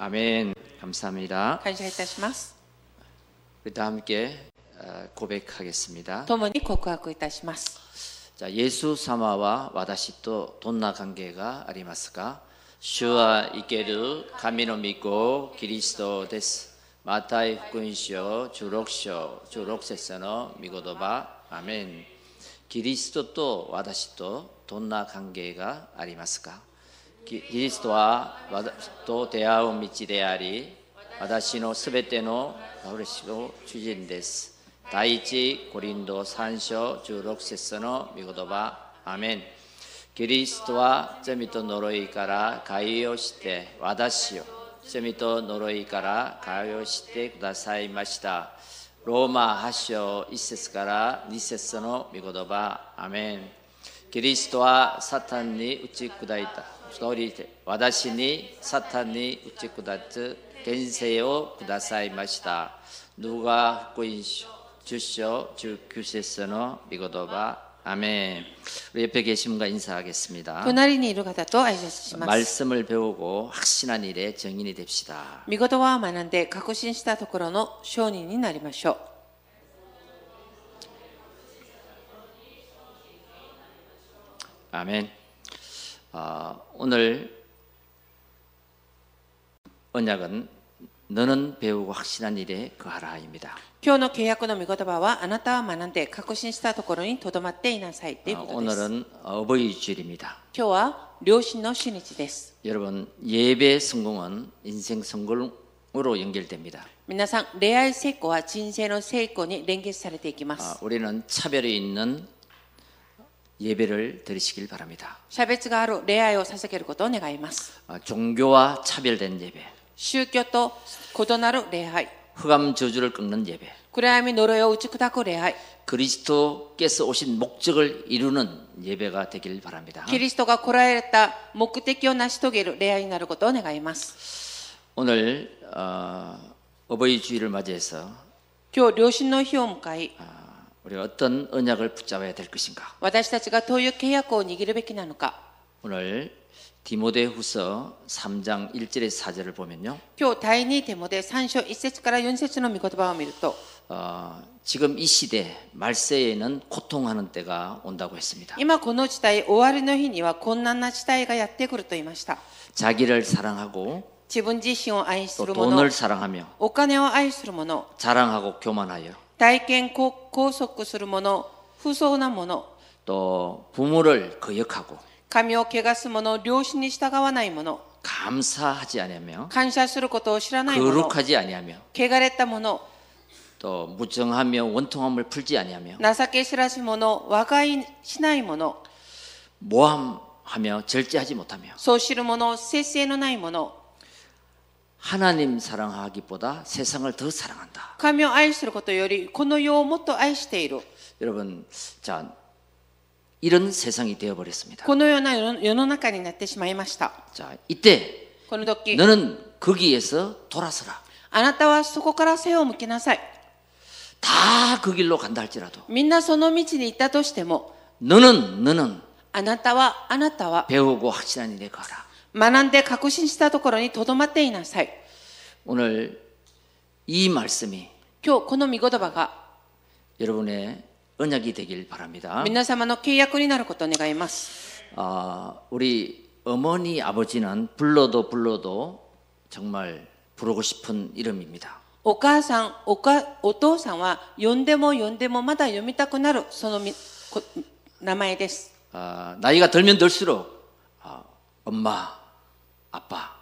아멘. 감사합니다. 感謝いたします。 우리 다 함께 어, 고백하겠습니다. 共に告白いたします。 자, 예수 사마와 와다시 또 돈나 관계가 아리 마스까? 주와 이케르 가미노 믿고 그리스도 데스. 마타이 군시오 주록쇼 주록세서너 미고도바 아멘. 그리스도 또 와다시 또 돈나 관계가 아리 마스까? 기- 그리스도와 와다시 또 대화의 미치 대아리. 와다시 노 스베테노 가우레시도 주진 데스. 第一コリンド3章16節の御言葉アメンキリストは罪と呪いから解をして私を罪と呪いから解をしてくださいましたローマ8章1節から2節の御言葉アメンキリストはサタンに打ち砕いた一人で私にサタンに打ち砕く権勢をくださいました누가福音書 10조 19세서 너 미고도바 아멘. 우리 옆에 계신 분과 인사하겠습니다. 隣にいる方と挨拶します。 말씀을 배우고 확신한 일에 정인이 됩시다. 見事は学んで確信したところの商人になりましょう。 아멘. 아, 오늘 언약은 너는 배우고 확신한 일에 거하라입니다. 今日の契約の御言葉は、あなたは学んで確信したところにとどまっていなさいという 아, ことです。今 오늘은 어버이 주일입니다. 日は両親の主日です。 여러분 예배 성공은 인생 성공으로 연결됩니다. 皆さん、恋愛成功は人生の成功に連結されていきま 아, す。 우리는 차별이 있는 예배를 드리시길 바랍니다. 差別がある恋愛を捧げることを願います。 아, 종교와 차별된 예배, 宗教と異なる恋愛、 흑암 저주를 꺾는 예배, 暗闇呪いを打ち砕く恋愛、 그리스도께서 오신 목적을 이루는 예배가 되길 바랍니다. キリストがこらえた目的を成し遂げる恋愛になることを願います。 오늘 어, 어버이 주일을 맞이해서 今日、両親の日を迎え、 아, 우리가 어떤 언약을 붙잡아야 될 것인가? 私たちがどういう契約を握るべきなのか、 오늘 디모데후서 3장 1절의 4절을 보면요, 今日、第2テモで3章1節から4節の御言葉を見ると、 어, 지금 이 시대 말세에는 고통하는 때가 온다고 했습니다. 今この時代、終わりの日には困難な時代がやってくると言いました。 자기를 사랑하고 自分自身を愛す 또 る者 돈을 、 사랑하며 お金を愛する者、 자랑하고 교만하여 体験拘束する者、不相な者、 또 부모를 거역하고 神を汚す者、良心に従わない者、 감사하지 아니하며 感謝することを知らない者、 거룩하지 아니하며 汚れた者、 또 무정하며 원통함을 풀지 아니하며 情け知らず者、和解しない者、 모함하며 절제하지 못하며 そう知る者、節制のない者、 하나님 사랑하기보다 세상을 더 사랑한다. 神を愛することよりこの世をもっと愛している。 여러분, 자 이런 세상이 되어 버렸습니다. このような世の世の中になってしまいました。 자, 이때 この時、 너는 거기에서 돌아서라. あなたはそこから背を向けなさい。 다 그 길로 간다 할지라도 みんなその道に行ったとしても、 너는 너는 あなたはあなたは 배우고 확신한 일에 가라. 学んで確信したところにとどまっていなさい。 오늘 이 말씀이 今日この御言葉が 여러분의 언약이 되길 바랍니다. 皆様の契約になることを願います。 아, 우리 어머니 아버지는 불러도 불러도 정말 부르고 싶은 이름입니다. お母さんおか、お父さんは呼んでも呼んでもまだ読みたくなるそのみこ名前です。 아, 나이가 들면 들수록 아, 엄마, 아빠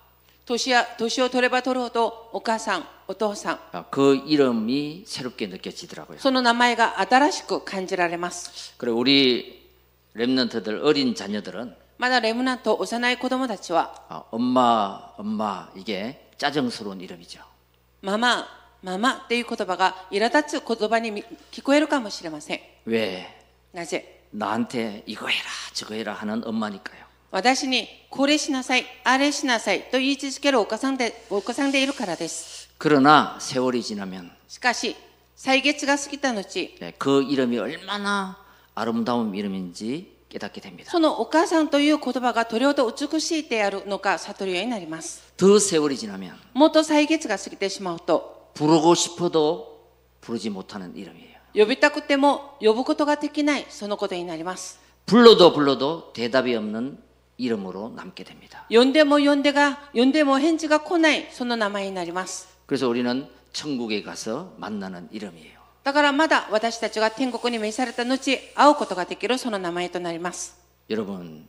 年や年を取れば取るほどお母さん、お父さん、 아, 그 이름이 새롭게 느껴지더라고요. その名前が新しく感じられます。 그리고 우리 렘넌트들 어린 자녀들은 まだレムナント幼い子供たちは、 아, 엄마, 엄마 이게 짜증스러운 이름이죠. ママ、ママっていう言葉が苛立つ言葉にみ聞こえるかもしれません。 왜 なぜ 나한테 이거 해라 저거 해라 하는 엄마니까요. 私にこれしなさい、あれしなさいと言い続けるお子さんでお子さんでいるからです。 그러나 세월이 지나면 네, しかし、歳月が過ぎた後、 그 이름이 얼마나 아름다운 이름인지 깨닫게 됩니다. そのお母さんという言葉がどれほど美しいであるのか悟りようになります。 더 세월이 지나면 もっと歳月が過ぎてしまうと、 부르고 싶어도 부르지 못하는 이름이에요. 呼びたくても呼ぶことができない、そのことになります。 불러도 불러도 대답이 없는 이름으로 남게 됩니다. 呼んでも呼んでが、呼んでも返事が来ない、その名前になります。 그래서 우리는 천국에 가서 만나는 이름이에요. だからまだ私たちが天国に召された後、会うことができるその名前となります。 여러분,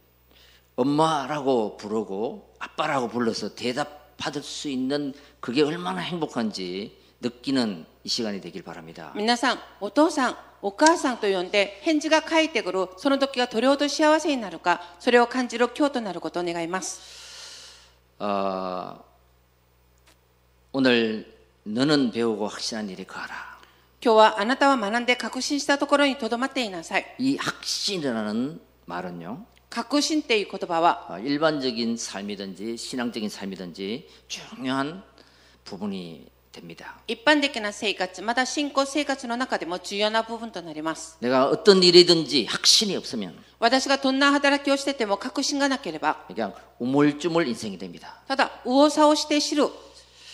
엄마라고 부르고 아빠라고 불러서 대답 받을 수 있는 그게 얼마나 행복한지 느끼는 이 시간이 되길 바랍니다. 皆さん、お父さん、お母さんと呼んで返事が返ってくる、その時がどれほど幸せになるか、それを感じる今日となることを願います。 어, 오늘 너는 배우고 확신한 일이 가라. 今日はあなたは学んで確信したところにとどまっていなさい。 이 확신이라는 말은요, 確信っていう言葉は、 어, 일반적인 삶이든지 신앙적인 삶이든지 중요한 부분이 됩니다. 一般的な生活、また信仰生活の中でも重要な部分となります。 내가 어떤 일이든지 확신이 없으면 私がどんな働きをしてても確信がなければ、 그냥 우물쭈물 인생이 됩니다. ただ右往左往して知る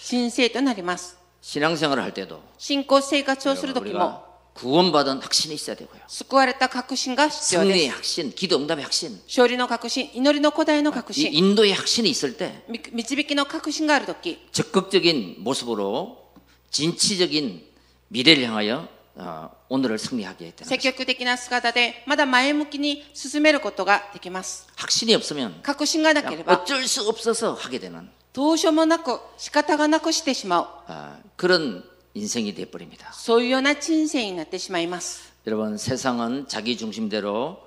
神聖となります。 신앙생활을 할 때도 信仰生活をする時も 우리가 구원받은 확신이 있어야 되고요. 救われた確信が必要で 승리의 す。 확신, 기도 응답의 확신, 勝利の確信、祈りの古代の確 이 信、 인도의 확신이 있을 때 み導きの確信がある時 적극적인 모습으로 진취적인 미래를 향하여 어, 오늘을 승리하게 했다는 거죠. 積極的な姿でまだ前向きに進めることができます。 확신이 없으면 確信がなけれ 그냥 ば 어쩔 수 없어서 하게 되는 どうしようもなく仕方がなくしてしまう。 아, 그런 인생이 돼버립니다. そういうような人生になってしまいます。 여러분 세상은 자기 중심대로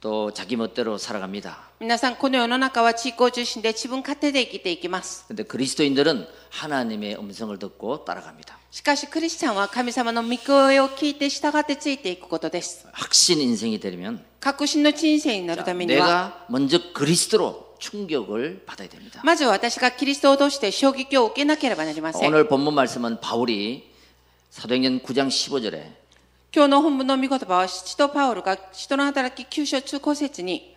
또 자기 멋대로 살아갑니다. 皆さん、この世の中は自己中心で自分勝手で生きていきます。 근데 그리스도인들은 하나님의 음성을 듣고 따라갑니다. しかし、クリスチャンは神様の御声を聞いて従ってついていくことです。 확신 인생이 되려면 確信の人生になるためには、 내가 먼저 그리스도로 충격을 받아야 됩니다. まず私がキリストを通して衝撃を受けなければなりません。 오늘 본문 말씀은 바울이 사도행전 9장 15절에 今日の本文の御言葉は、使徒パウルが使徒の働き9章中高節に、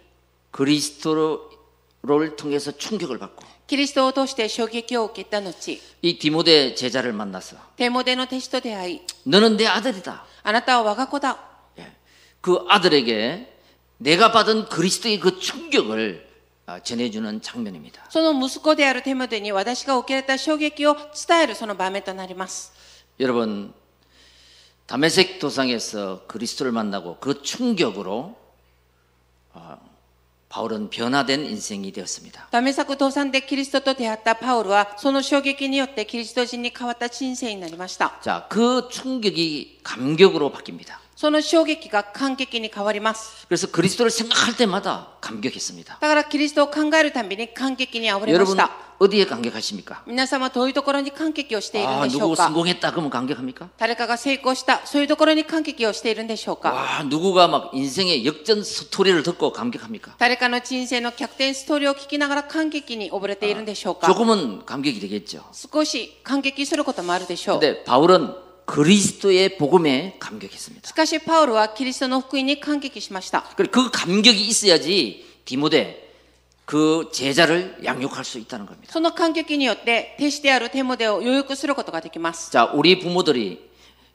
그리스도를 통해서 충격을 받고 キリストを通して衝撃を受けた後、 이 디모데 제자를 만나서 テモデの弟子と出会い、 너는 내 아들이다. あなたは我が子だ。 예. 그 아들에게 내가 받은 그리스도의 그 충격을 아, 전해주는 장면입니다. その息子であるテモデに私が受けられた衝撃を伝えるその場面となります。 여러분 다메섹 도상에서 그리스도를 만나고 그 충격으로 어, 바울은 변화된 인생이 되었습니다. ダメ作倒産でキリストと出会ったパウルは、その衝撃によってキリスト人に変わった人生になりました。 자, 그 충격이 감격으로 바뀝니다. その衝撃が感激に変わります。 그래서 그리스도를 생각할 때마다 감격했습니다. だからキリストを考えるたびに感激にあふれま 여러분 した。 어디에 감격하십니까? 皆様どういうところに感激をしているん 아, でしょ 누구 うか 성공했다 그러면 감격합니까? 誰かが成功した、そういうところに感激をしているんでしょうか 와, 누구가 막 인생의 역전 스토리를 듣고 감격합니까? 誰かの人生の逆転ストーリーを聞きながら感激に溺れているんでしょうか 조금은 감격이 되겠죠. 少し感激することもあるでしょう。 근데 바울은 그리스도의 복음에 감격했습니다. しかしパウルはキリストの福音に感激しました。 그리고 그 감격이 있어야지 디모데 그 제자를 양육할 수 있다는 겁니다. その感激によって弟子であるテモデを養育することができます。 자, 우리 부모들이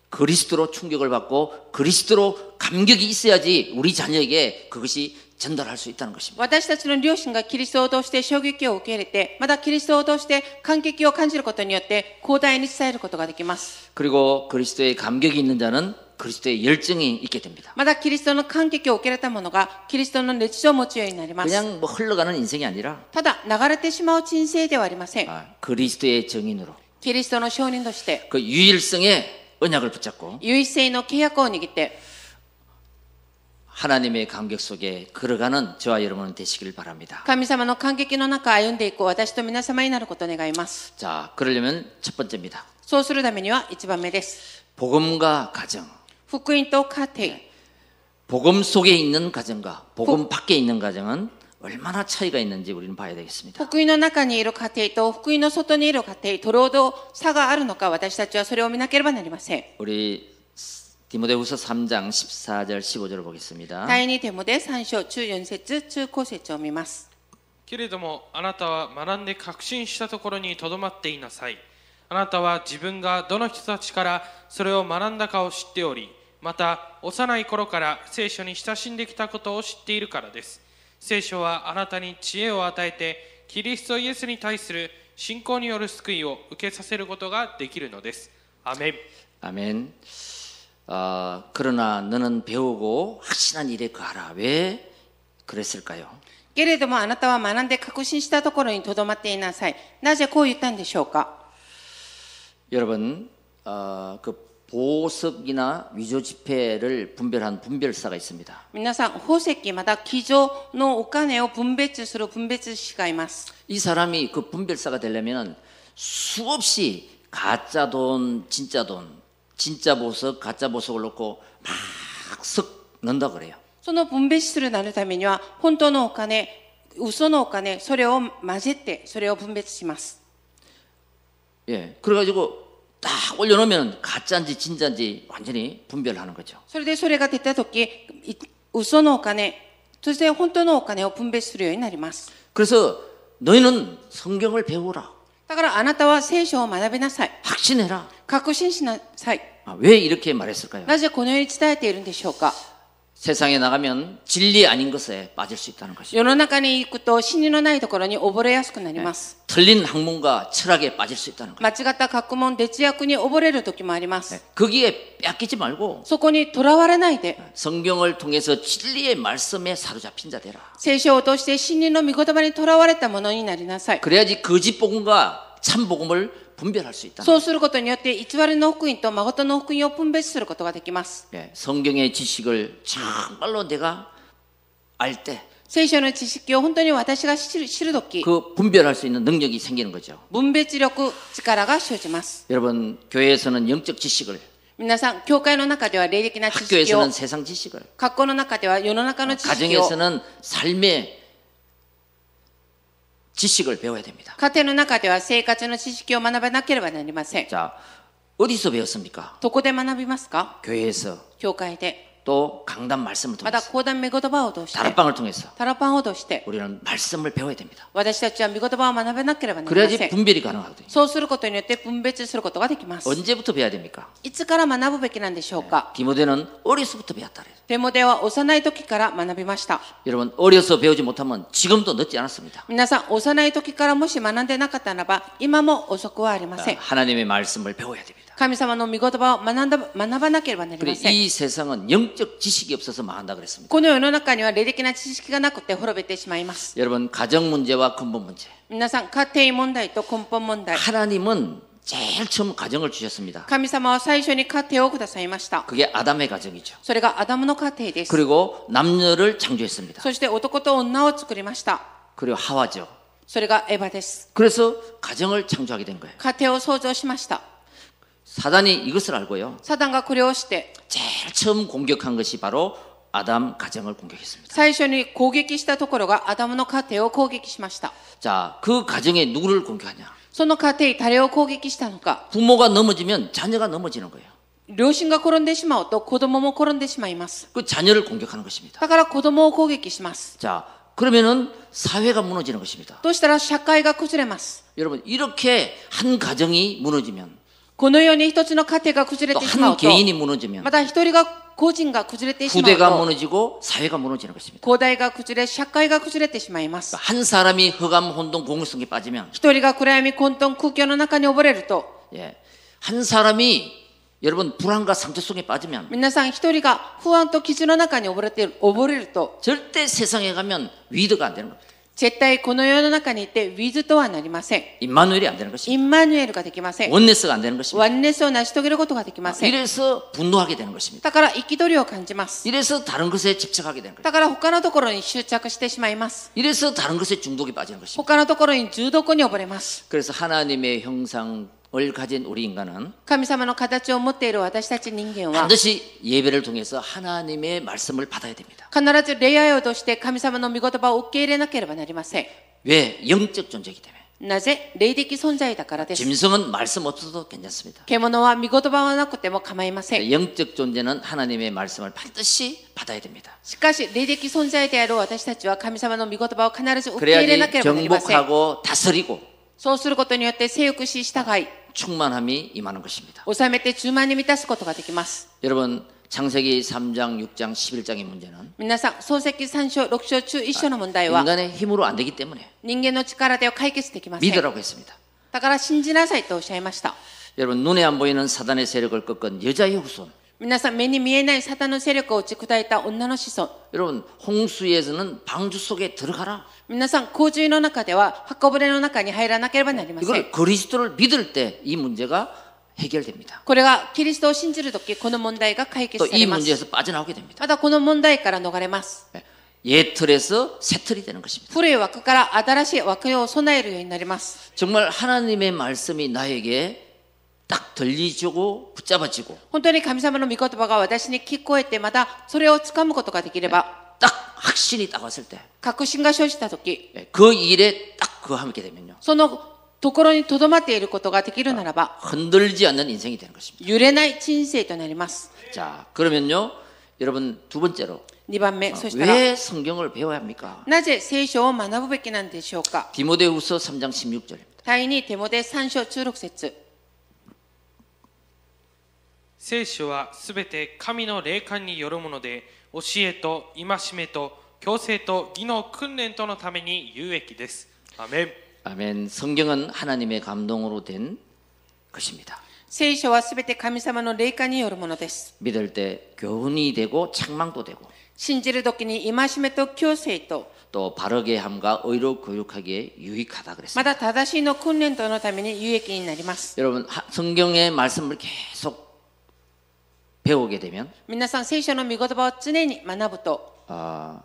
그리스도로 충격을 받고 그리스도로 감격이 있어야지 우리 자녀에게 그것이 전달할 수 있다는 것입니다. 私たちの両親がキリストを通して衝撃を受け入れて、またキリストを通して感激を感じることによって広大に伝えることができます。 그리고 그리스도의 감격이 있는 자는 그리스도의 열정이 있게 됩니다. またキリストの感激を受けられたものがキリストの熱情を持つようになります。 그냥 뭐 흘러가는 인생이 아니라 ただ流れてしまう人生ではありません。 아, 그리스도의 정인으로 キリストの証人として、 그 유일성의 언약을 붙잡고 唯一性の契約を握って、 하나님의 감격 속에 걸어가는 저와 여러분은 되시길 바랍니다. 神様の感激の中歩んでいく私と皆様になることを願います。 자, 그러려면 첫 번째입니다. そうするためには一番目です。 복음과 가정. 福音と家庭、 복음 속에 있는 가정과 복음 밖에 있는 가정은 얼마나 차이가 있는지 우리는 봐야 되겠습니다. 福音の中にいる家庭と福音の外にいる家庭、どれほど差があるのか私たちはそれを見なければなりません。 우리 디모데후서 3장 14절 15절을 보겠습니다. 第2テモで3章中4節中高節を見ますけれどもあなたは学んで確信したところにとどまっていなさいあなたは自分がどの人たちからそれを学んだかを知っておりまた幼い頃から聖書に親しんできたことを知っているからです聖書はあなたに知恵を与えてキリストイエスに対する信仰による救いを受けさせることができるのですアメン 아멘. 아, 그러나 너는 배우고 확신한 일에 가라. 왜 그랬을까요? けれどもあなたは学んで確信したところにとどまっていなさいなぜこう言ったんでしょうか 여러분, 어, 그 보석이나 위조 지폐를 분별한 분별사가 있습니다. 皆さん宝石また基上のお金を分別する分別士がいます 이 사람이 그 분별사가 되려면 수없이 가짜 돈, 진짜 돈, 진짜 보석, 가짜 보석을 넣고 막 섞 넣는다 그래요. その分別するなるためには本当のお金嘘のお金それを混ぜてそれを分別します 예. 그래가지고 딱 올려놓으면 가짜인지 진짜인지 완전히 분별하는 거죠. それでそれが出た時い嘘のお金そして本当のお金を分別するようになります 그래서 너희는 성경을 배우라. だからあなたは聖書を学びなさい 확신해라. 確信しなさい 아, 왜 이렇게 말했을까요? なぜこのように伝えているんでしょうか 세상에 나가면 진리 아닌 것에 빠질 수 있다는 것이죠. 世の中に行くと死にのないところに溺れやすくなります、 틀린 학문과 철학에 빠질 수 있다는 거죠. 間違った学問哲学に溺れる時もあります、 거기에 뺏기지 말고 そこにとらわれないで 성경을 통해서 진리의 말씀에 사로잡힌 자 되라. 聖書を通して真理の御言葉にとらわれたものになりなさい 그래야지 거짓 복음과 참 복음을 분별할 수 있다. そうすることによって偽りの福音と誠の福音を分別することができます 예, 성경의 지식을 정말로 내가 알 때 그 聖書の知識を本当に私が知る知る時 분별할 수 있는 능력이 생기는 거죠. 分別力力が生じます 여러분 교회에서는 영적 지식을 皆さん教会の中では霊的な知識を 학교에서는 세상 네, 지식을 学校の中では世の中の知識を 가정에서는 삶의 지식을 배워야 됩니다. 家庭の中では生活の知識を学ばなければなりません 자, 어디서 배웠습니까? どこで学びますか 교회에서 教会で 또 강단 말씀을 また 통해서 講談御言葉を通して 다락방을 통해서 タラパンを通して、 우리는 말씀을 배워야 됩니다. 私たちは御言葉を学べなければなりませ 그래야지 ん。 분별이 가능하거든요. そうすることによって分別することができます。 언제부터 배워야 됩니까? いつから学ぶべきなんでしょうか、 디모데는 어려서부터 배웠다 그래요. デモでは幼い時から学びました。 여러분 어려서 배우지 못하면 지금도 늦지 않았습니다. 皆さん、幼い時からもし学んでなかったならば、今も遅くはありません。 하나님의 말씀을 배워야 됩니다. 神様の御言葉を学んだ学ばなければなりま 그리고 せん。 이 세상은 영적 지식이 없어서 망한다 그랬습니다. この世の中には霊的な知識がなくて滅びてしまいます。 여러분 가정 문제와 근본 문제. 皆さん、家庭問題と根本問題。 하나님은 제일 처음 가정을 주셨습니다. 神様は最初に家庭をくださいました。 그게 아담의 가정이죠. それがアダムの家庭です。 그리고 남녀를 창조했습니다. そして男と女を作りました。 그리고 하와죠. それがエヴァです。 그래서 가정을 창조하게 된 거예요. 家庭を創造しました。 사단이 이것을 알고요. サダンがこれをして、 제일 처음 공격한 것이 바로 아담 가정을 공격했습니다. 最初に攻撃したところがアダムの家庭を攻撃しました。 자, 그 가정에 누구를 공격하냐? その家庭、誰を攻撃したのか。 부모가 넘어지면 자녀가 넘어지는 거예요. 両親が転んでしまうと子供も転んでしまいます。 그 자녀를 공격하는 것입니다. だから子供を攻撃します。 자, 그러면은 사회가 무너지는 것입니다. としたら社会が崩れます。 여러분, 이렇게 한 가정이 무너지면 このように一つの家庭が崩れてし 또 まう 한 と、 개인이 무너지면 また一人が個人が崩れてしまう 부대가 と、 무너지고 사회가 무너지는 것입니다. 広大が崩れ、社会が崩れてしまいます。 한 사람이 허감, 혼동, 공성에 빠지면 一人が暗闇、混沌、空虚の中に溺れると、 예. 한 사람이 여러분 불안과 상처 속에 빠지면 皆さん一人が不安と傷の中に溺れている溺れると 절대 세상에 가면 위드가 안 되는 겁니다. 絶対この世の中にいてウィズとはなりません 임마누엘이 안 되는 것입니다. インマニュエルができません 원네스가 네. 안 되는 것입니다. ワンネスを成し遂げることができません 이래서 분노하게 되는 것입니다. だから憤りを感じます 이래서 다른 것에 집착하게 되는 것입니다. だから他のところに執着してしまいます 이래서 다른 것에 중독에 빠지는 것입니다. 他のところに重毒に溺れます 그래서 하나님의 형상을 가진 우리 인간은 神様の形を持っている私たち人間は 반드시 예배를 통해서 하나님의 말씀을 받아야 됩니다. 必ず恋愛を通して神様の御言葉を受け入れなければなりません 왜 영적 존재이기 때문에. ななぜ霊的存在だ 네. からです。 짐승은 말씀 없어도 괜찮습니다. 獣は見言葉はなくても構いま 네. せん。 영적 존재는 하나님의 말씀을 반드시 받아야 됩니다. しかし、霊的存在である私たちは神様の御言葉を必ず受け入れなけ 그래야지 ればなりません。 정복하고 다스리고 そうすることによって性欲し従い、 충만함이 임하는 것입니다. 収めて充満に満たすことができます。 여러분 창세기 3장, 6장, 11장의 문제는 皆さん、創世記3章、6章中1章の問題は、 인간의 힘으로 안 되기 때문에 人間の力では解決できません。 믿으라고 했습니다. だから信じなさいとおっしゃいました。 여러분 눈에 안 보이는 사단의 세력을 꺾은 여자의 후손 皆さん、目に見えないサタンの勢力を打ち砕いた女の子孫。 여러분 홍수에서는 방주 속에 들어가라 皆さん、洪水の中では、箱舟の中に入らなければなりません 이걸 。 그리스도를 믿을 때 이 문제가 해결됩니다. これが、キリストを信じるとき、この問題が解決 또 され 이 ます。 문제에서 빠져나오게 됩니다. ただ、この問題から逃れます。 예, 옛 틀에서 새 틀이 되는 것입니다. 古い枠から新しい枠を備えるようになります。 정말 하나님의 말씀이 나에게 딱 들리지고 붙잡아지고 本当に神様の御言葉が私に聞こえて、また、それを掴むことができれば、 딱 확신이 딱 왔을 때 그 確信が生じたとき、 일에 딱 그함께 되면요 そのところに留まっていることができるならば、 흔들지 않는 인생이 되는 것입니다. 揺れない人生となります。 자 그러면요 여러분 두 번째로 2番目、そしたら、 왜 성경을 배워야 합니까? なぜ聖書を学ぶべきなんでしょうか 디모데후서 3장 16절입니다. 第2テモで3章中6節聖書はすべて神の霊感によるもので教えと戒めと強制と技能訓練とのために有益ですアメン 아멘. 성경은 하나님의 감동으로 된 것입니다. 聖書はすべて神様の霊感によるものです。 믿을 때 교훈이 되고 책망도 되고 信じる時に戒めと強制と、 또 바르게 함과 의로 교육하기에 유익하다 그랬습니다. また正しいの訓練とのために有益になります。 여러분 하- 성경의 말씀을 계속 배우게 되면 皆さん、聖書の見言葉を常に学ぶと、 아,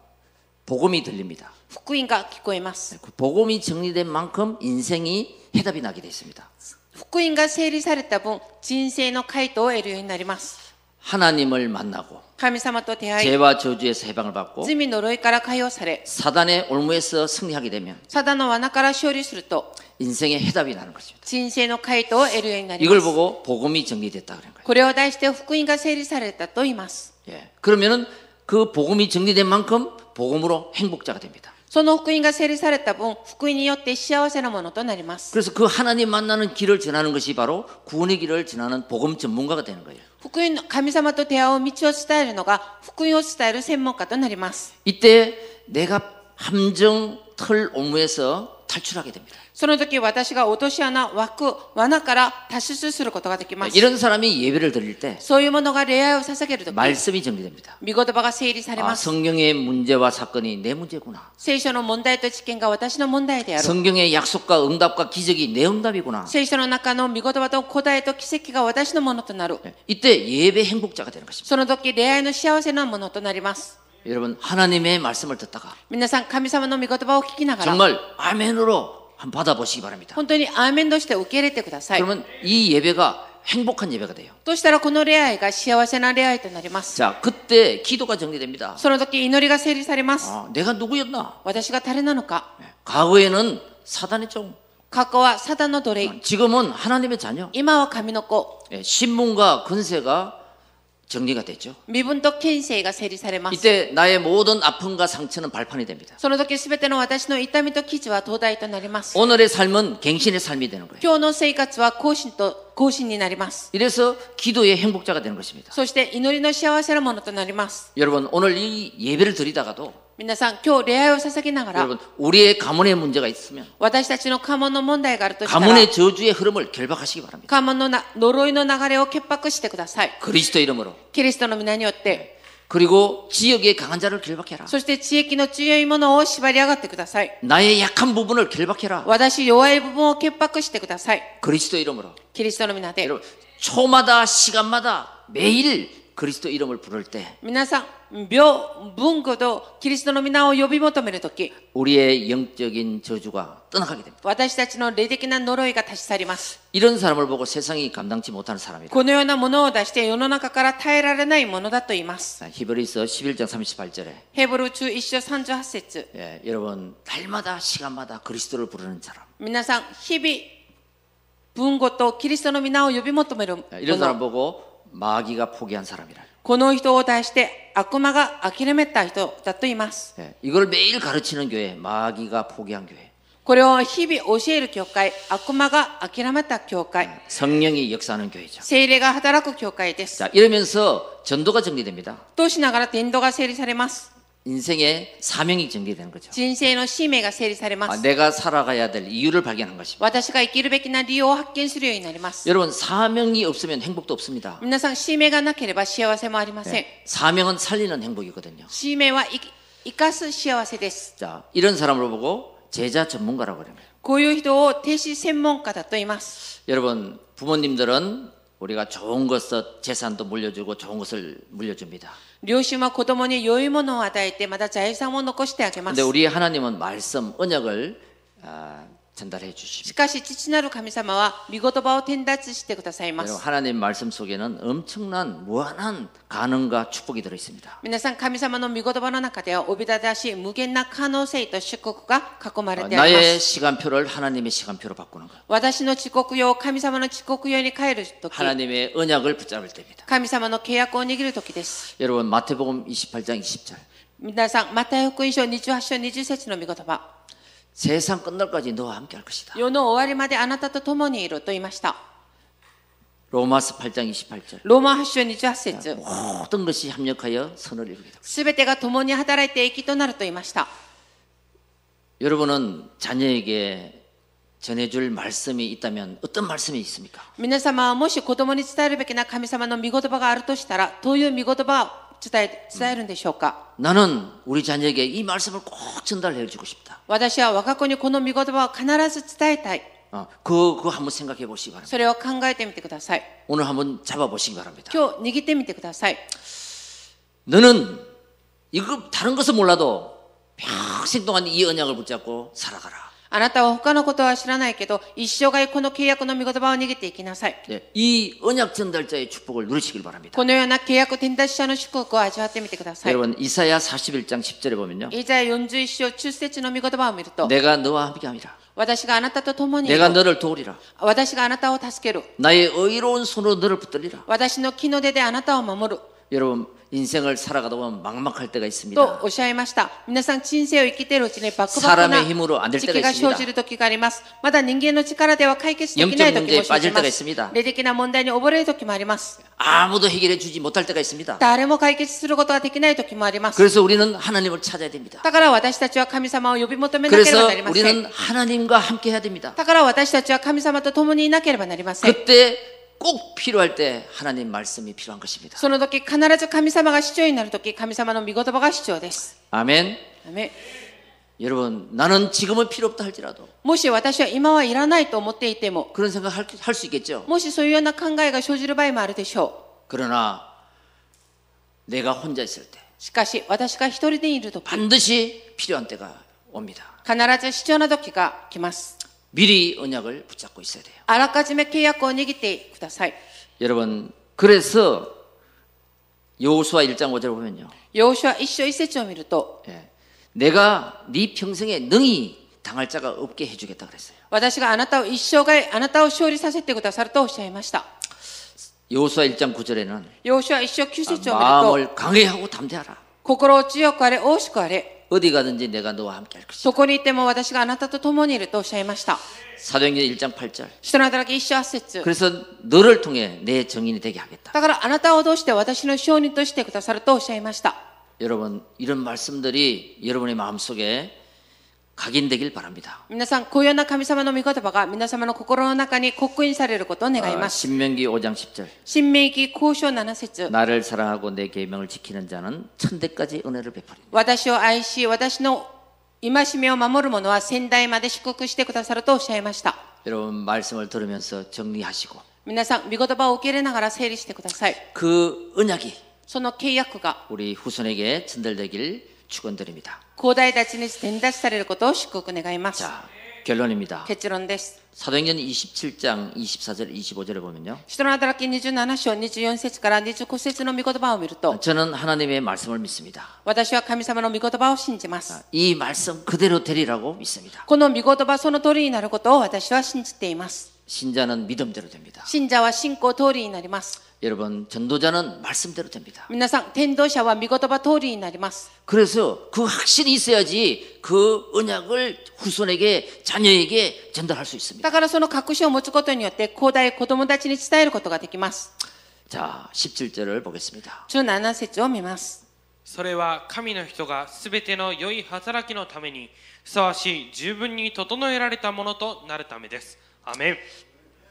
복음이 들립니다. 福音が聞こえます。 그 복음이 정리된 만큼 인생이 해답이 나게 돼 있습니다. 福音が整理された分、人生の回答を得るようになります。 하나님을 만나고 神様と出会い、 죄와 저주에서 해방을 받고 罪呪いから解放され、 사단의 올무에서 승리하게 되면 サダの罠から勝利すると、 인생의 해답이 나는 것입니다. 人生の回答を得るようになり 이걸 ます。 보고 복음이 정리됐다 그런 거예요. これを題して福音が整理されたと言います。 예. 그러면은 그 복음이 정리된 만큼 복음으로 행복자가 됩니다. その福音が整理された分、福音によって幸せなものとなります。 그래서 그 하나님 만나는 길을 전하는 것이 바로 구원의 길을 전하는 복음 전문가가 되는 거예요. 福音の神様と出会う道を伝えるのが、福音を伝える専門家となります。 이때 내가 함정 털 올무에서 탈출하게 됩니다. 예, その時私が落とし穴、枠、罠から脱出することができます。 이런 사람이 예배를 드릴 때 そういうものが恋愛を捧げる時、 말씀이 정리됩니다. 見言葉が整理され 아, ます。 성경의 문제와 사건이 내 문제구나. 聖書の問題と知見が私の問題である。 성경의 약속과 응답과 기적이 내 응답이구나. 聖書の中の見言葉と答えと奇跡が私のものとなる。 예, 이때 예배 행복자가 되는 것입니다. その時恋愛の幸せなものとなります。 여러분 하나님의 말씀을 듣다가 皆さん、神様の見言葉を聞きながら、 정말 아멘으로 한번 받아보시기 바랍니다. 本当にアーメンとして受け入れてください。 그러면 이 예배가 행복한 예배가 돼요. としたらこの恋愛が幸せな恋愛となります。 자, 그때 기도가 정리됩니다. その時祈りが整理されます。 아, 내가 누구였나? 私が誰なのか。 예, 과거에는 사단의 종, 過去はサタンの奴隷。 지금은 하나님의 자녀. 今は神の子。 예, 신분과 근세가 정리가 됐죠. 身分と権勢が整理されます。 이때 나의 모든 아픔과 상처는 발판이 됩니다. その時すべての私の痛みと記事は灯台となります。 오늘의 삶은 갱신의 삶이 되는 거예요. 今日の生活は更新と更新になります。 이래서 기도의 행복자가 되는 것입니다. そして祈りの幸せなものとなります。 여러분 오늘 이 예배를 드리다가도 皆さん、今日恋愛を捧げながら、 여러분 우리의 가문의 문제가 있으면 私たちの家紋の問題があるとしたら、 가문의 저주의 흐름을 결박하시기 바랍니다. 家紋のな呪いの流れを潔白してください。 그리스도 이름으로 キリストの皆によって、 그리고 지역의 강한 자를 결박해라. そして地域の強いものを縛り上がってください。 나의 약한 부분을 결박해라. 私弱い部分を潔白してください。 그리스도 이름으로 キリストの皆で。 여러분 초마다 시간마다 매일 그리스도 이름을 부를 때 皆さん、病、文語とキリストの皆を呼び求めるとき、 우리의 영적인 저주가 떠나가게 됩니다. 私たちの霊的な呪いが立ち去ります。 이런 사람을 보고 세상이 감당치 못하는 사람이다. このようなものを出して世の中から耐えられないものだと言います。 히브리서 11장 38절에 ヘブル中1章38節 예, 여러분 날마다 시간마다 그리스도를 부르는 사람 皆さん、日々、文語とキリストの皆を呼び求めるも 예, 이런 사람 の。 보고 마귀가 포기한 사람이라. この人を対して悪魔が諦めた人だと言います。 예, 이걸 매일 가르치는 교회 마귀가 포기한 교회 これを日々教える教会、悪魔が諦めた教会、 성령이 역사하는 교회죠. 精霊が働く教会です。 자 이러면서 전도가 정리됩니다. としながら伝道が整理されます。 인생의 사명이 정리되는 거죠. 人生の使命が整理されま 아, す。 내가 살아가야 될 이유를 발견한 것입니다. 私が生きるべきな理由を発見するようになります。 여러분 사명이 없으면 행복도 없습니다. 예, 皆さん、使命がなければ幸せもありません。 사명은 살리는 행복이거든요. 使命は生き生かす幸せです。 자 이런 사람을 보고 제자 전문가라고 그래요. こういう人を弟子専門家だと言います。 여러분 부모님들은 우리가 좋은 것을 재산도 물려주고 좋은 것을 물려줍니다. 両親は子供に良いものを与えて、また財産を残してあげま 근데 す。 우리 하나님은 말씀 언약을 아, 전달해 주십니다. しかし、父なる神様は、御言葉を伝達してくださいま 여러분, す。 하나님 말씀 속에는 엄청난 무한한 가능과 축복이 들어 있습니다. 皆さん、神様の御言葉の中では、おびただしい無限な可能性と祝福が囲まれ 아, てあります。 나의 시간표를 하나님의 시간표로 바꾸는 것. 私の遅刻用、神様の遅刻用に帰るとき、 하나님의 언약을 붙잡을 때입니다. 神様の契約を握るときです。 여러분 마태복음 28장 20절. 皆さん、マタイ福音書28章20節の御言葉。 세상 끝날까지 너와 함께 할 것이다. 世の終わりまであなたと共にいると言いました。 로마서 8장 28절. ローマ8章28節 모든 것이 합력하여 선을 이루게 됩니다. すべてが共に働いて益となると言いました。 여러분은 자녀에게 전해줄 말씀이 있다면 어떤 말씀이 있습니까? 皆様はもし子供に伝えるべきな神様の御言葉があるとしたら、どういう御言葉を伝え伝えるんでしょうか 나는 우리 자녀에게 이 말씀을 꼭 전달해 주고 싶다. 私は我が子にこの御言葉を必ず伝えたい。 어, 그거, 그거 한번 생각해 보시기 바랍니다. それを考えてみてください。 오늘 한번 잡아 보시기 바랍니다. 今日握ってみてください。 너는 이거 다른 것은 몰라도 평생 동안 이 언약을 붙잡고 살아가라. あなたは他のことは知らないけど、一生涯この契約の御言葉を握っていきなさい。 예, 이 언약 전달자의 축복을 누리시길 바랍니다. このような契約転達者の祝福を味わってみてください。 여러분 이사야 41장 10절에 보면요. イザヤ41章中節の御言葉を見ると、 내가 너와 함께함이라. 私があなたと共にい 내가 る。 너를 도우리라. 私があなたを助ける。 나의 의로운 손으로 너를 붙들리라. 私の木の手であなたを守る。 여러분 인생을 살아가다 보면 막막할 때가 と 있습니다. おっしゃいました。皆さん、人生を生きているうちにバクバクな 사람의힘으로안될 時 때가 期 있습 が 니다 生じる時があります。まだ人間の力では解決できない時も 영적문제에 生じま 빠질때가있습니다 す。霊的な問題に溺れる時もあります。 아무도 해결해 주지 못할 때가 있습니다. 誰も解決することができない時もあります。 그래서 우리는 하나님을 찾아야 됩니다. だから私たちは神様を呼び求めなけれ 그래서 ばなりません 우리는 。 하나님과 함께 해야 됩니다. だから私たちは神様と共にいなければなりません。 그때 꼭 필요할 때 하나님 말씀이 필요한 것입니다. その時必ず神様が主張になる時、神様の御言葉が主張です。 아멘. アメン 여러분, 나는 지금은 필요 없다 할지라도 もし私は今はいらないと思っていても、 그런 생각 할 수 있겠죠. もしそういうような考えが生じる場合もあるでしょ 그러나 내가 혼자 있을 때 う。しかし私が一人でいる時、 반드시 필요한 때가 옵니다. 必ず必要な時が来ます。 미리 언약을 붙잡고 있어야 돼요. あらかじめ契約を握ってください。 여러분, 그래서 여호수아 1장 5절 보면요. 要所は一章一節を見ると、 예. 내가 네 평생에 능히 당할 자가 없게 해 주겠다 그랬어요. 私があなたを一生涯、あなたを勝利させてくださるとおっしゃいました。 여호수아 1장 9절에는 要所は一章九節を見ると、 마음을 강해 하고 담대하라. 心を強くあれ、大しくあれ、 어디 가든지 내가 너와 함께 할 것이다. そこにいても私があなたと共にいるとおっしゃいました。 사도행전 1장 8절. 人の働き一生八節。 그래서 너를 통해 내 정인이 되게 하겠다. だからあなたをどうして私の証人としてくださるとおっしゃいました。 여러분 이런 말씀들이 여러분의 마음속에 각인되길 바랍니다. 皆さん、こういうような神様の御言葉が皆様の心の中に刻印されることを願い 아, ます。 신명기 5장 10절. 新明記交渉7節 나를 사랑하고 내 계명을 지키는 자는 천대까지 은혜를 베풀리. 私を愛し、私の戒めを守る者は先代まで祝福してくださるとおっしゃいました。 여러분 말씀을 들으면서 정리하시고 皆さん、御言葉を受け入れながら整理してください。 그 언약이 その契約が 우리 후손에게 전달되길 축원드립니다. 広大たちに伝達されることを祝福願います。 자, 결론입니다. 結論です。 사도행전 27장 24절 25절에 보면요. 人の働き27章24節から25節の御言葉を見ると、 저는 하나님의 말씀을 믿습니다. 私は神様の御言葉を信じます。 이 말씀 그대로 되리라고 믿습니다. この御言葉その通りになることを私は信じています。 신자는 믿음대로 됩니다. 信者は信仰通りになります。 여러분, 전도자는 말씀대로 됩니다. 皆さん、天道者は御言葉通りになります。 그래서 그 확신이 있어야지 그 언약을 후손에게 자녀에게 전달할 수 있습니다. だからその確信を持つことによって、広大子供たちに伝えることができます。 자, 17절을 보겠습니다. 17節を見ます。それは神の人がすべての良い働きのためにふさわしい十分に整えられたものとなるためです。アメン。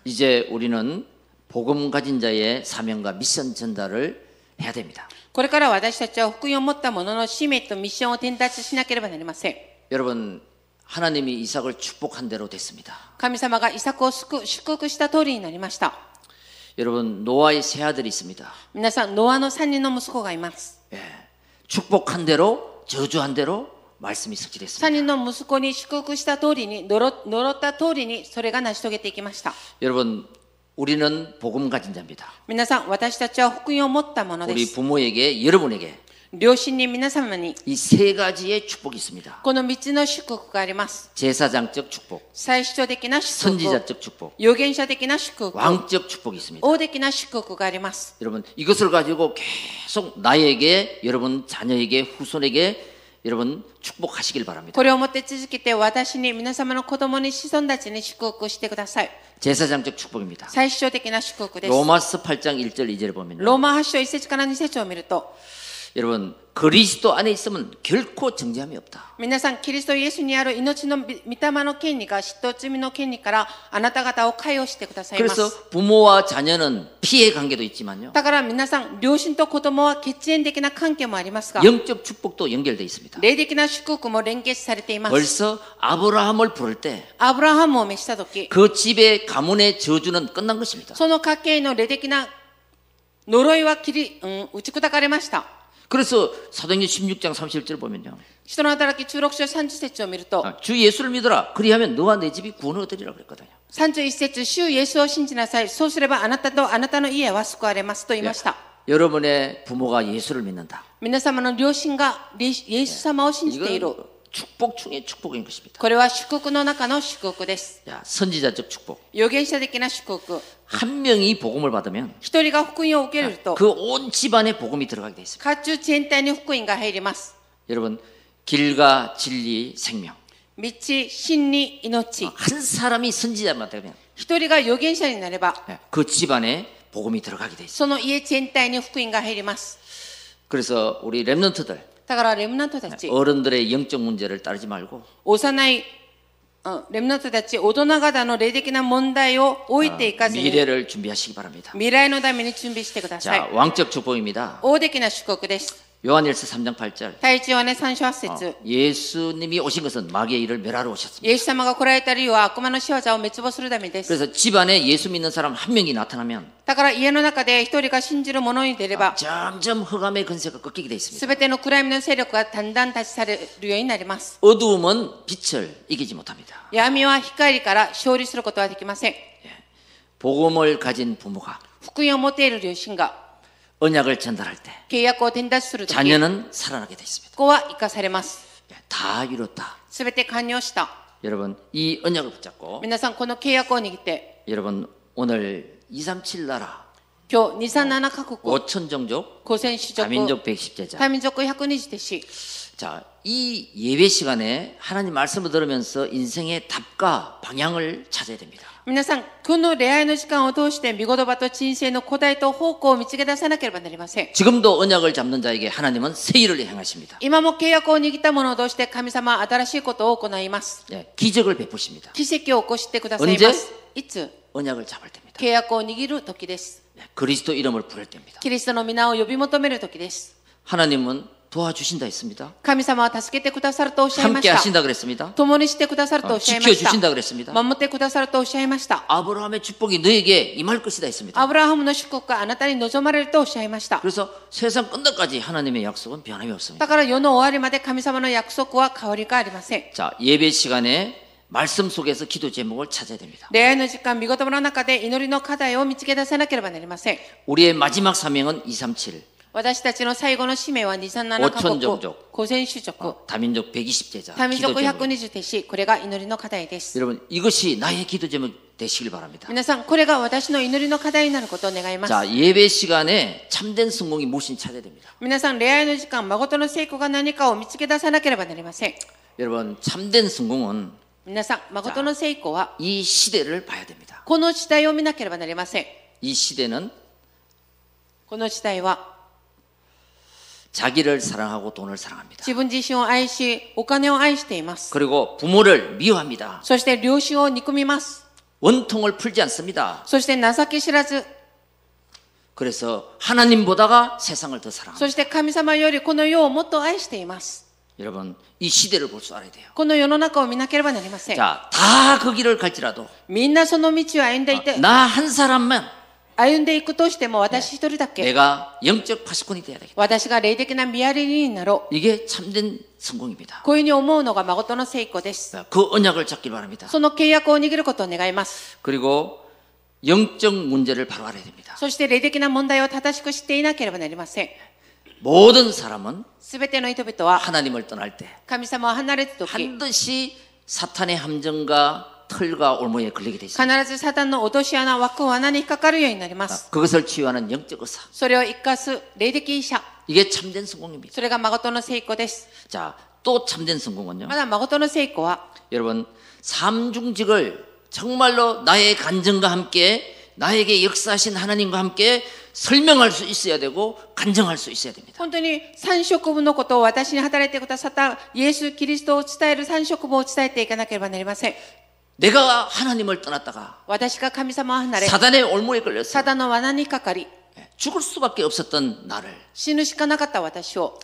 이제 우리는 복음 가진 자의 사명과 미션 전달을 해야 됩니다. これから私たちは福音を持った者の使命とミッションを伝達しなければなりません。 여러분, 하나님이 이삭을 축복한 대로 됐습니다. 神様がイサクを祝祝福した通りになりました。 여러분, 노아의 세 아들이 있습니다. 皆さん、ノアの3人の息子がいます。 예. 축복한 대로 저주한 대로 말씀이 성취됐습니다. 3人の息子に祝福した通りに、呪呪った通りに、それが成し遂げていきました。 여러분, 우리는 복음 가진 자입니다. 皆さん、私たちは福音を持ったもので 우리 す。 부모에게 여러분에게 両親に皆様に、 이 세 가지의 축복이 있습니다. この3つの祝福があります。 제사장적 축복, 最主張的な祝福、 선지자적 축복, 預言者的な祝福、 왕적 축복이 있습니다. 王的な祝福があります。 여러분 이것을 가지고 계속 나에게 여러분 자녀에게 후손에게 여러분 축복하시길 바랍니다. これを持って続けて、私に、皆様の子供に、子孫たちに祝福してください。 제사장적 축복입니다. 最主張的な祝福です。 로마서 8장 1절 2절을 보면 ローマ8章1節から2節を見ると、 여러분 그리스도 안에 있으면 결코 정죄함이 없다. 皆さん、キリストイエスにある命の御御霊の権利が嫉妬罪の権利からあなた方を解放してくださいます 그래서 부모와 자녀는 피해 관계도 있지만요. だから皆さん、両親と子供は血縁的な関係もありますが、 영적 축복도 연결돼 있습니다. 霊的な祝福も連結されています。 벌써 아브라함을 부를 때 アブラハムを召した時 그 집의 가문의 저주는 끝난 것입니다. その家系の霊的な呪いは切り、うん、打ち砕かれました。 그래서 사도행전 16장 31절 보면요. 人の働き中6章30節を見ると、 아, 주 예수를 믿어라. 그리하면 너와 내 집이 구원을 얻으리라 그랬거든요. 31節、主イエスを信じなさい。そうすればあなたとあなたの家は救われますと言いました。 여러분의 부모가 예수를 믿는다. 皆様の両親がイエスイエス様を信じている。 이건 축복 중의 축복인 것입니다. これは祝福の中の祝福です。 자, 선지자적 축복. 預言者的な祝福。 한 명이 복음을 받으면 一人が福音を受けると、 그 온 집안에 복음이 들어가게 돼 있습니다. 家中全体に福音が入ります。 여러분 길과 진리 생명. 道、真理、命。 한 사람이 선지자만 되면 一人が預言者になれば、 그 집안에 복음이 들어가게 돼 있습니다. その家全体に福音が入ります。 그래서 우리 렘넌트들 だからレムナントたち、 어른들의 영적 문제를 따르지 말고 幼い、あレムナントたち、大人方の霊的な問題を置いていかずに、 미래를 준비하시기 바랍니다. 未来のために準備してくださ 자 い。 왕적 축복입니다. 大的な祝福です。 요한일서 3장 8절. 어, 第一ヨハネ3章8節 예수님이 오신 것은 마귀의 일을 멸하러 오셨습니다. イエス様が来られた理由は悪魔の仕業を滅亡するためです。 그래서 집안에 예수 믿는 사람 한 명이 나타나면 だから家の中で一人が信じる者に出れば、 점점 허감의 근세가 꺾이게 돼 있습니다. すべての暗闇の勢力がだんだん断ちされるようになります。 어두움은 빛을 이기지 못합니다. 闇は光から勝利することはできません。 복음을 가진 부모가 福音を持っている両親が 언약을 전달할 때 契約を伝達するとき、 자녀는 살아나게 돼 있습니다. 子は生かされます。 예, 다 이뤘다. すべて完了した。 여러분 이 언약을 붙잡고 皆さん、この契約を握って、 여러분 오늘 237 나라 今日237カ国、 5천 종족 五千種族、 다민족 110제자 多民族120弟子。 자이 예배 시간에 하나님 말씀을 들으면서 인생의 답과 방향을 찾아야 됩니다. 皆さん、この恋愛の時間を通して、見言葉と人生の答えと方向を見つけ出さなければなりません。 지금도 언약을 잡는 자에게 하나님은 새 일을 행하십니다. 今も契約を握った者として神様は新しいことを行います。 예, 기적을 베푸십니다. 奇跡を起こしてくださいます。いつ 언약을 잡을 때입니다. 契約を握る時です。 예, 그리스도 이름을 부를 때입니다. キリストの皆を呼び求める時です。 하나님은 도와주신다 했습니다. 神様は助けてくださるとおっしゃいま 함께 した。 하신다 그랬습니다. 어, 共にしてくださるとおっしゃいま 지켜주신다 し 그랬습니다. た。守ってくださるとおっしゃいました。 아브라함의 축복이 너에게 임할 것이다 했습니다. アブラハムの祝福があなたに望まれるとおっしゃいました。 그래서 세상 끝날까지 하나님의 약속은 변함이 없습니다. だから世の終わりまで神様の約束は変わりがありません。 자, 예배 시간에 말씀 속에서 기도 제목을 찾아야 됩니다. 恋愛の時間、見事の中で祈りの課題を見つけ出さなければなりません。 우리의 마지막 사명은 237. 私たちの最後の使命は237カ5000国 종족 、 5000種族、 다민족 120제자 多民 기도 族 제목. 120弟子、これが祈りの課題です。 여러분, 이것이 나의 기도 제목 되시길 바랍니다. 皆さん、これが私の祈りの課題になることを願います。 자, 예배 시간에 참된 성공이 무엇인지 찾아야 됩니다. 皆さん、恋愛の時間、誠の成功が何かを見つけ出さなければなりません。 여러분, 참된 성공은 皆さん、誠の成功は、 이 시대를 봐야 됩니다. この時代を見なければなりません。 이 시대는 この時代は、 자기를 사랑하고 돈을 사랑합니다. 自分自身を愛し、お金を愛しています。 그리고 부모를 미워합니다. そして、良心を憎みます。 원통을 풀지 않습니다. そして、情け知らず、 그래서 하나님보다가 세상을 더 사랑합니다. そして神様よりこの世をもっと愛しています。 여러분, 이 시대를 볼 줄 알아야 돼요. この世の中を見なければなりません。 자, 다 그 길을 갈지라도 みんなその道を歩んでいて、 나 한 사람만 歩んでいくとしても私一人だけ、 내가 영적 파수꾼이 돼야 되겠다. 私が霊的な見やりになろ 이게 참된 う。 성공입니다. こういうふうに思うのが誠の成功です。 그 언약을 잡길 바랍니다. その契約を握ることを願います。 그리고 영적 문제를 바로 알아야 됩니다. そして霊的な問題を正しく知っていなければなりません。 모든 사람은 すべての人々は 하나님을 떠날 때 神様を離れた時、 반드시 사탄의 함정과 틀과 올무에 걸리게 되있습 必 니다 ずサタンの落とし穴、枠を穴に引っかかるようになります。 그것을 치유하는 영적 의사. それを生かす霊的医者、 이게 참된 성공입니다. それが誠の成功です。 자, 또 참된 성공은요. まだ誠の成功は、 여러분, 삼중직을 정말로 나의 간증과 함께 나에게 역사하신 하나님과 함께 설명할 수 있어야 되고 간증할 수 있어야 됩니다. 本当に三食分のことを私に働いてくださったイエス・キリストを伝える三食分を伝えていかなければなりません。 내가 하나님을 떠났다가 私が神様を離れ、 사단의 올무에 걸렸어. サタンの罠にかかり、 죽을 수밖에 없었던 나를 死ぬしかなかった私を、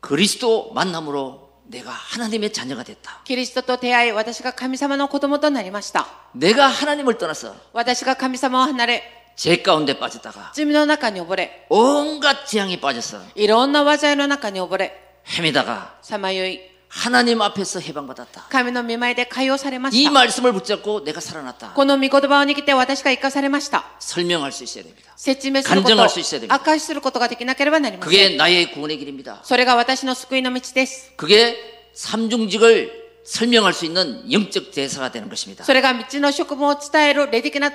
그리스도 만남으로 내가 하나님의 자녀가 됐다. キリストと出会い、私が神様の子供となりました。 내가 하나님을 떠나서 私が神様を離れ、 죄 가운데 빠졌다가 罪の中に溺れ、 온갖 재앙에 빠져서 いろんな災いの中に溺れ、 헤매다가 さまよい、 하나님 앞에서 해방받았다. 神の御前で解放されま 이 した。 말씀을 붙잡고 내가 살아났다. この御言葉を握って私が生かされました。 설명할 수 있어야 됩니다. 説明するこ感と、情が必要です明かしすることができなければなりません。 그게 나의 구원의 길입니다. それが私の救いの道です。 그게 삼중직을 설명할 수 있는 영적 대사가 되는 것입니다. それが道の職務を伝える霊的な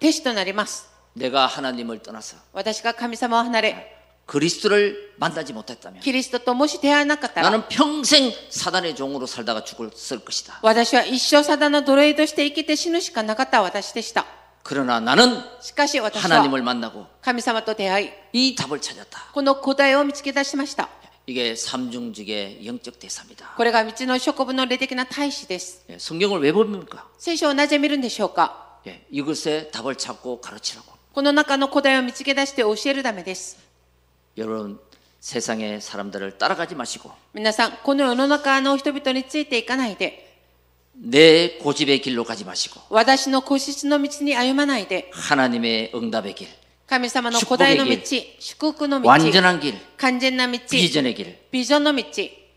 弟子となります。 내가 하나님을 떠나서 私が神様を離れ、 그리스도를 만나지 못했다면 キリストともし出会わなかったら、 나는 평생 사단의 종으로 살다가 죽었을 것이다. 私は一生サダの奴隷として生きて死ぬしかなかった私でした。 그러나 나는 しかし私は 하나님을 만나고 神様と出会い、 이 답을 찾았다. この答えを見つけ出しました。 이게 삼중직의 영적 대사입니다. これが道の職務の霊的な大使です。 예, 성경을 왜 봅니까? 聖書をなぜ見るんでしょうか 예, 이것에 답을 찾고 가르치라고. この中の答えを見つけ出して教えるためです。 여러분 세상의 사람들을 따라가지 마시고 皆さん、この世の中の人々についていかないで、 내 고집의 길로 가지 마시고 私の個室の道に歩まないで、 하나님의 응답의 길, 神様の答えの道、祝福の道、 완전한 길, 完全な道、 비전의 길, ビジョンの道、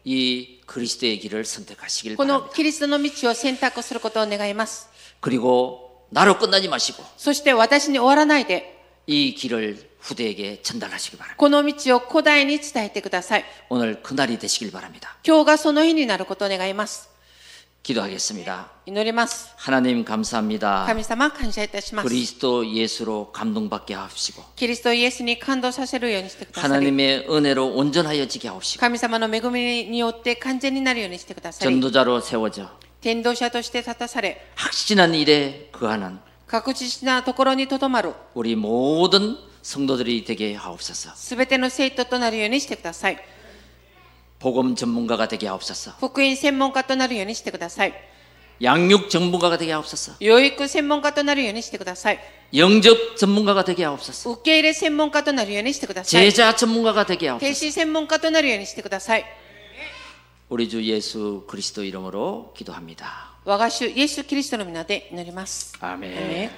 이 그리스도의 길을 선택하시길 この 바랍니다. キリストの道を選択することを願います。 그리고 나로 끝나지 마시고 そして私に終わらないで、 이 길을 후대에게 전달하시길 바랍니다. この道を古代に伝えてください。 오늘 그날이 되시길 바랍니다. 今日がその日になることを願います。 기도하겠습니다. 祈ります。 하나님 감사합니다. 神様、感謝いたします。 그리스도 예수로 감동받게 하옵시고 キリストイエスに感動させるようにしてください。 하나님의 은혜로 온전하여지게 하옵시고 神様の恵みによって完全になるようにしてください。 전도자로 세워져 天道者として立たされ、 확신한 일에 그하는 確実なところにとどまる、 우리 모든 성도들이 되게 하옵소서. すべての生徒となるようにしてください。 복음 전문가가 되게 하옵소서. 福音専門家となるようにしてください。 양육 전문가가 되게 하옵소서. 養育専門家となるようにしてください 영접 전문가가 되게 하옵소서. 受け入れ専門家となるようにしてください 제자 전문가가 되게 停 하옵소서. 止専門家となるようにしてください 우리 주 예수 그리스도 이름으로 기도합니다. 我が主イエス・キリストの皆で祈ります 아멘. アーメン